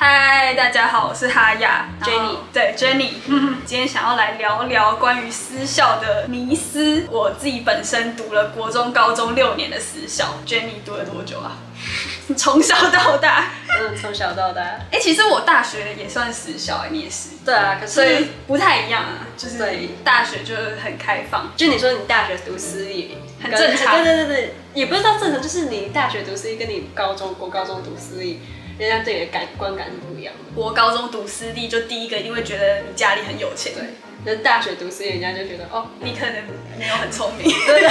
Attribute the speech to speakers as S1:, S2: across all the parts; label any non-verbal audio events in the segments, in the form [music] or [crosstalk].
S1: 嗨，大家好，我是哈雅
S2: 然后
S1: Jenny，对 Jenny，今 [laughs] 天想要来聊聊关于私校的迷思。我自己本身读了国中、高中六年的私校，Jenny 读了多久啊？ [laughs] 从小到
S2: [laughs]
S1: 大，
S2: 嗯，从小到大，
S1: 哎、其实我大学也算私校、哎你也是，
S2: 对啊，可
S1: 所
S2: 是
S1: 以不太一样啊，就是
S2: 对
S1: 大学就是很开放，
S2: 就你说你大学读私立，
S1: 很
S2: 跟
S1: 正常
S2: 对对对对，也不是到正常，就是你大学读私立跟你高中国高中读私立，人家对你的感观感是不一样的。
S1: 我高中读私立，就第一个一定会觉得你家里很有钱，
S2: 对，那大学读私立，人家就觉得哦，
S1: 你可能没有很聪明， [laughs]
S2: 对对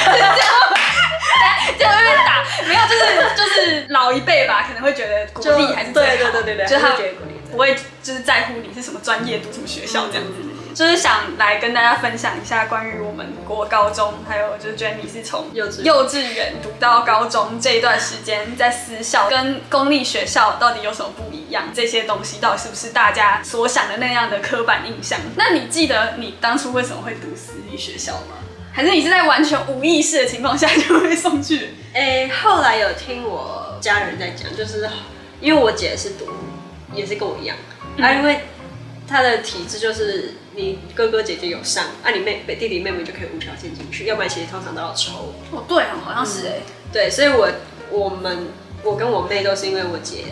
S1: 就会被打，没有，就是就是老一辈吧，可能会觉得鼓
S2: [laughs] 就
S1: 励还是最好
S2: 对对对对对，
S1: 就
S2: 还
S1: 他
S2: 是觉得鼓励
S1: 不会就是在乎你是什么专业、读什么学校这样子。
S2: 嗯
S1: 就是想来跟大家分享一下关于我们国高中，还有就是 Jenny 是从
S2: 幼稚园
S1: 幼稚园读到高中这一段时间，在私校跟公立学校到底有什么不一样？这些东西到底是不是大家所想的那样的刻板印象？那你记得你当初为什么会读私立学校吗？还是你是在完全无意识的情况下就被送去？
S2: 诶、哎后来有听我家人在讲，就是因为我姐是读，也是跟我一样，
S1: 嗯
S2: 啊，因为她的体质就是你哥哥姐姐有上，啊，你妹弟弟妹妹就可以无条件进去，要不然其实通常都要抽。
S1: 哦，对哦，好像是哎、
S2: 对，所以我我们我跟我妹都是因为我姐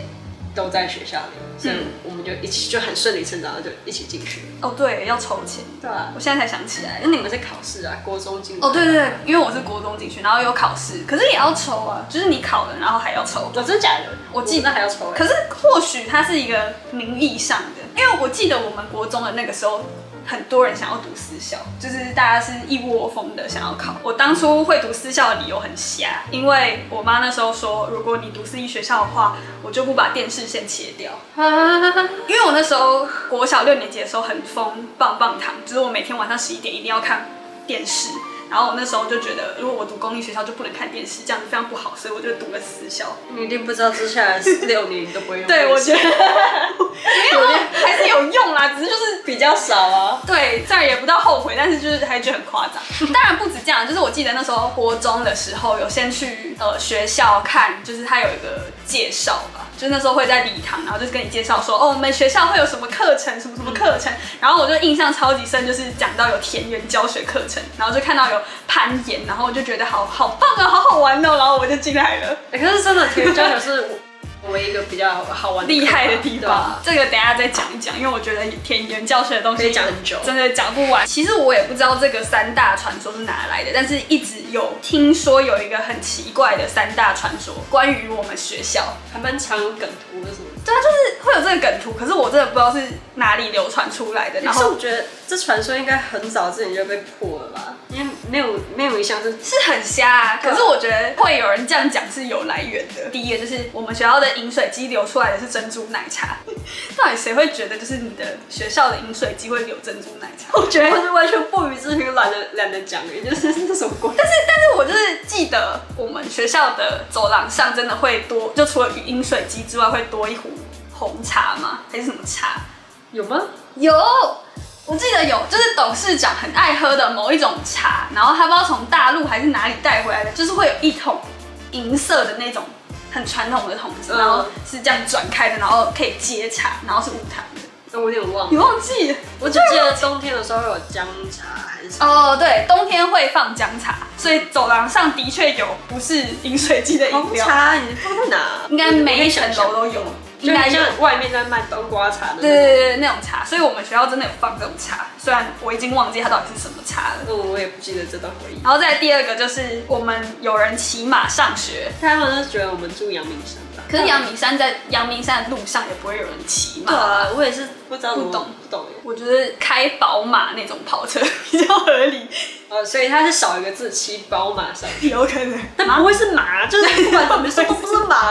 S2: 都在学校里，所以
S1: 嗯
S2: 我们就一起就很顺理成章的就一起进去了。
S1: 哦，对，要抽签。
S2: 对啊哎
S1: 我，现在才想起来。
S2: 那你们是考试啊，国中进
S1: 哦，对对对，因为我是国中进去，然后有考试，可是也要抽啊，就是你考了，然后还要抽。
S2: 哦，真的假的？
S1: 我记
S2: 得还要抽欸、
S1: 可是或许它是一个名义上的，因为我记得我们国中的那个时候，很多人想要读私校，就是大家是一窝蜂的想要考。我当初会读私校的理由很瞎，因为我妈那时候说，如果你读私立学校的话，我就不把电视线切掉。
S2: 啊，
S1: 因为我那时候国小六年级的时候很疯棒棒糖，就是我每天晚上十一点一定要看电视。然后我那时候就觉得，如果我读公立学校就不能看电视，这样子非常不好，所以我就读了私校。
S2: 你一定不知道接下来六年你都不会用
S1: 对，我觉得没有
S2: 有
S1: 啊
S2: 点
S1: 还是有用啦，只是就是
S2: [laughs] 比较少啊。
S1: 对，再也不到后悔，但是就是还觉得很夸 [laughs] 张。当然不止这样，就是我记得那时候国中的时候，有先去呃学校看，就是他有一个介绍吧，就是那时候会在礼堂，然后就是跟你介绍说，哦，我们学校会有什么课程，什么什么课程。然后我就印象超级深，就是讲到有田园教学课程，然后就看到有攀岩，然后我就觉得好好棒啊，好好玩哦，然后我就进来了。
S2: 欸可是真的，体育教学是唯一一个比较好玩的
S1: 厉
S2: 课吧
S1: 害的地
S2: 对啊
S1: 方，这个等一下再讲一讲，因为我觉得田园教学的东西
S2: 可以讲很久
S1: 真的讲不完。其实我也不知道这个三大传说是哪来的，但是一直有听说有一个很奇怪的三大传说，关于我们学校，
S2: 还蛮常有梗图的什么。
S1: 对啊，就是会有这个梗图，可是我真的不知道是哪里流传出 [laughs] 来的。然
S2: 哎可是
S1: 后
S2: 我觉得这传说应该很早之前就被破了吧，因为没有没有一项是
S1: 是很瞎、啊，可是我觉得会有人这样讲是有来源的。第一个就是我们学校的饮水机流出来的是珍珠奶茶， [laughs] 到底谁会觉得就是你的学校的饮水机会流珍珠奶茶？我觉得
S2: [laughs] 我是完全不予置评，懒得懒得讲，也就是这什么鬼？但是
S1: 但是 [laughs] 我就是记得我们学校的走廊上真的会多，就除了饮水机之外，会多一壶红茶吗？还是什么茶？
S2: 有吗？
S1: 有，我记得有，就是董事长很爱喝的某一种茶，然后他不知道从大陆还是哪里带回来的，就是会有一桶银色的那种很传统的桶子，
S2: 嗯
S1: 然后是这样转开的，然后可以接茶，然后是无糖的。
S2: 我有点忘
S1: 你
S2: 了，
S1: 忘记？
S2: 我只记得冬天的时候会有姜茶还是什么。
S1: 哦，对，冬天会放姜茶，所以走廊上的确有不是饮水机的饮
S2: 红
S1: 料。
S2: 茶你放在哪？
S1: 应该每一层楼都有，应
S2: 就
S1: 该
S2: 很
S1: 有。
S2: 像外面在卖冬瓜茶
S1: 对
S2: 的那种。
S1: 对对，那种茶，所以我们学校真的有放这种茶，虽然我已经忘记它到底是什么茶了。
S2: 嗯，我也不记得这段回忆。
S1: 然后再来第二个就是我们有人骑马上学，
S2: 他们就觉得我们住阳明山吧？
S1: 可是阳明山在阳明山的路上也不会有人骑马。
S2: 对啊，我也是不知道怎么
S1: 不懂
S2: 不懂耶。
S1: 我觉得开宝马那种跑车比较合理，
S2: 呃，所以他是少一个字，骑宝马上。
S1: 有可能。
S2: 但不会是马，就是不管怎么说都不是马。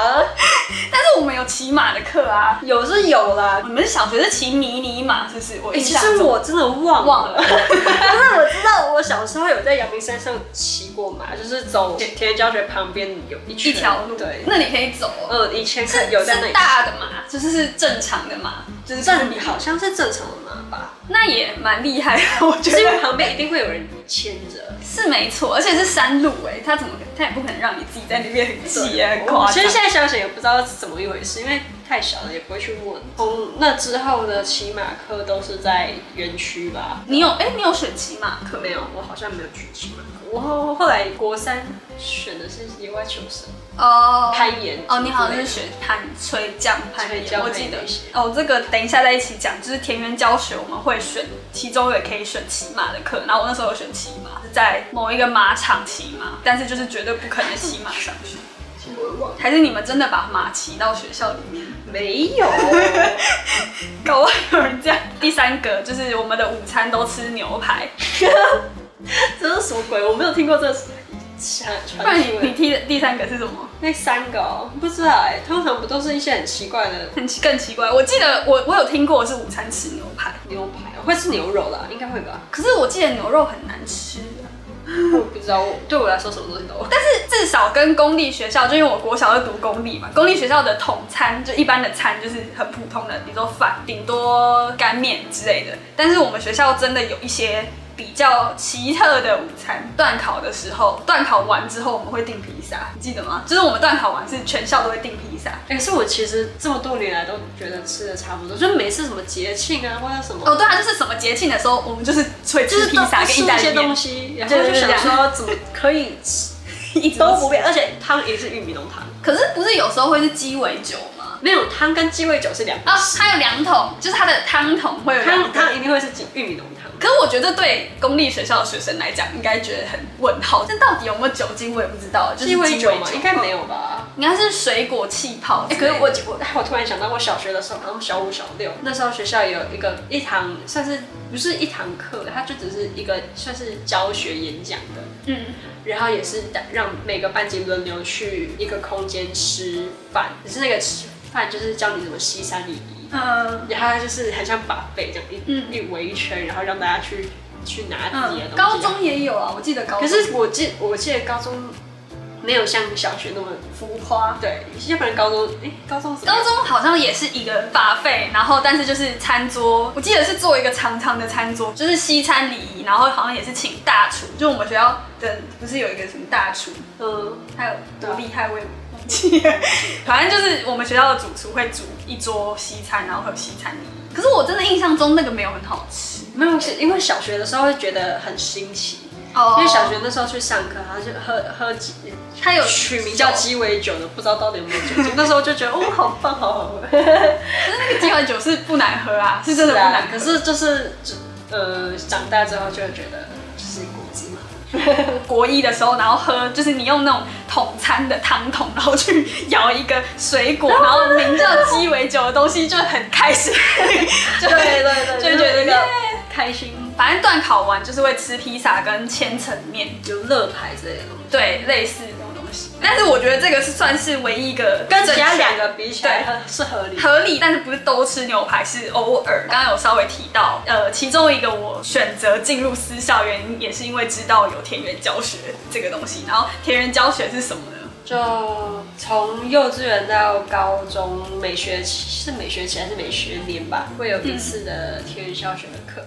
S1: 但是我们有骑马的课啊，
S2: [laughs] 有是有啦，
S1: 你们小学是骑迷你马是不是？我
S2: 欸
S1: 印
S2: 其
S1: 象
S2: 实
S1: 中
S2: 我真的忘了。
S1: 忘了。
S2: [laughs] 但是我知道，我小时候有在阳明山上骑过马，就是走田园教学旁边有一圈
S1: 一条路，
S2: 对，
S1: 那你可以走哦、
S2: 嗯，以前
S1: 是
S2: 看有在那
S1: 是
S2: 里，
S1: 大的嘛，就是是正常的嘛，就是不是
S2: 正
S1: 迷
S2: 好像是正常的马吧，
S1: 那也蛮厉害的，我觉
S2: 就是因
S1: 得
S2: 为旁边一定会有人牵着。
S1: 是没错，而且是山路哎、他怎么他也不可能让你自己在那边很挤也很
S2: 我
S1: 夸
S2: 其
S1: 张
S2: 实。现在想想也不知道是怎么一回事，因为太小了，也不会去问。从哦那之后的骑马课都是在园区吧？
S1: 你有哎、你有选骑马课
S2: 没有，我好像没有去骑马课。我后后来国三选的是野外求生、
S1: 哦？
S2: 攀岩
S1: 哦，你好像
S2: 之类
S1: 是
S2: 的
S1: 学攀吹降攀
S2: 吹
S1: 岩，
S2: 降
S1: 我记得
S2: 攀岩
S1: 哦，这个等一下再一起讲。就是田园教学，我们会选，其中也可以选骑马的课。然后我那时候有选骑马，是在某一个马场骑马，但是就是绝对不可能骑马上 [laughs] 学。还是你们真的把马骑到学校里面？
S2: 没有，
S1: 搞忘有人这样。第三个就是我们的午餐都吃牛排，
S2: [laughs] 这是什么鬼？我没有听过这传
S1: 不然
S2: 传
S1: 你
S2: 出 [laughs]
S1: 你
S2: 的。
S1: 踢的第三个是什么？
S2: 那三个、哦、不知道哎、通常不都是一些很奇怪的
S1: 很奇更奇怪，我记得我我有听过是午餐吃牛排，
S2: 牛排，会是牛肉啦，应该会吧？
S1: 可是我记得牛肉很难吃，
S2: 我不知道，我对我来说什么东西都。
S1: 但是至少跟公立学校，就因为我国小就读公立嘛，公立学校的统餐就一般的餐就是很普通的，比如说饭，顶多干面之类的。但是我们学校真的有一些比较奇特的午餐。断考的时候，断考完之后我们会订披萨，你记得吗？就是我们断考完是全校都会订披萨，
S2: 哎、可是我其实这么多年来都觉得吃的差不多，就是每次什么节庆啊，或者什么，
S1: 哦，对啊，就是什么节庆的时候，我们就是会
S2: 就
S1: 吃
S2: 是
S1: 披萨跟意大
S2: 一
S1: 利
S2: 些东
S1: 面，
S2: 西，然
S1: 对
S2: 后
S1: 对
S2: 就
S1: 对
S2: 想
S1: 对
S2: 说怎么可 [laughs] 以吃
S1: 一直
S2: 都不变，而且汤也是玉米浓汤，
S1: 可是不是有时候会是鸡尾酒吗？
S2: 没有汤跟鸡尾酒是两回
S1: 啊，
S2: 事，
S1: 它有两桶，就是它的汤桶会有两
S2: 汤
S1: 桶。
S2: 汤一定会是玉米浓汤。
S1: 可是我觉得对公立学校的学生来讲，应该觉得很问号，这到底有没有酒精我也不知道。就是
S2: 鸡尾酒嘛，
S1: 鸡
S2: 应该没，有吧？
S1: 应该是水果气泡
S2: 哎、
S1: 之类
S2: 可
S1: 的。
S2: 是我我我突然想到，我小学的时候，然后小五小六那时候学校有一个一堂算是不是一堂课，它就只是一个算是教学演讲的，
S1: 嗯，
S2: 然后也是让每个班级轮流去一个空间吃饭，只是那个吃饭就是教你怎么西三礼仪，
S1: 呃，
S2: 然后它就是很像把背这样一、
S1: 嗯
S2: 一围一圈，然后让大家去去拿自己的东西、啊
S1: 嗯，高，中也有啊，我记得高中。
S2: 可是我记我记得高中没有像小学那么
S1: 浮夸。
S2: 对，要不然高中哎、高中怎么
S1: 高
S2: 样
S1: 中好像也是一个把费，然后但是就是餐桌，我记得是做一个长长的餐桌，就是西餐礼仪，然后好像也是请大厨，就我们学校的不是有一个什么大厨，
S2: 嗯。
S1: 还有多厉害我也忘记了，反正就是我们学校的主厨会煮一桌西餐，然后会有西餐礼仪。可是我真的印象中那个没有很好吃
S2: 没有，是因为小学的时候会觉得很新奇，
S1: 哦
S2: 因为小学那时候去上课，然后就喝喝鸡，
S1: 它有
S2: 取名叫鸡尾酒的，不知道到底有没有酒精。那时候就觉得哦，好棒，好好喝。
S1: 可是那个鸡尾酒是不难喝啊，是真的不
S2: 啊
S1: 难，喝。
S2: 可是就是呃，长大之后就会觉得就是果汁嘛。
S1: 国一的时候，然后喝，就是你用那种桶餐的汤桶，然后去舀一个水果，然后名叫
S2: [laughs]
S1: 鸡尾酒的东西，就很开心。就
S2: 对对
S1: 就觉
S2: 就觉
S1: 得
S2: 得
S1: 那个
S2: 那个开心，
S1: 反正断考完就是会吃披萨跟千层面，
S2: 有乐牌之类的东西。
S1: 对，类似这种东西。但是我觉得这个是算是唯一一个
S2: 跟
S1: 正
S2: 其
S1: 确
S2: 他两个比起来，很是合理。
S1: 合理，但是不是都吃牛排，是偶尔。刚刚有稍微提到，呃，其中一个我选择进入私校原因，也是因为知道有田园教学这个东西。然后田园教学是什么呢？
S2: 就从幼稚园到高中，每学期是每学期还是每学年吧，会有一次的体育教学的课。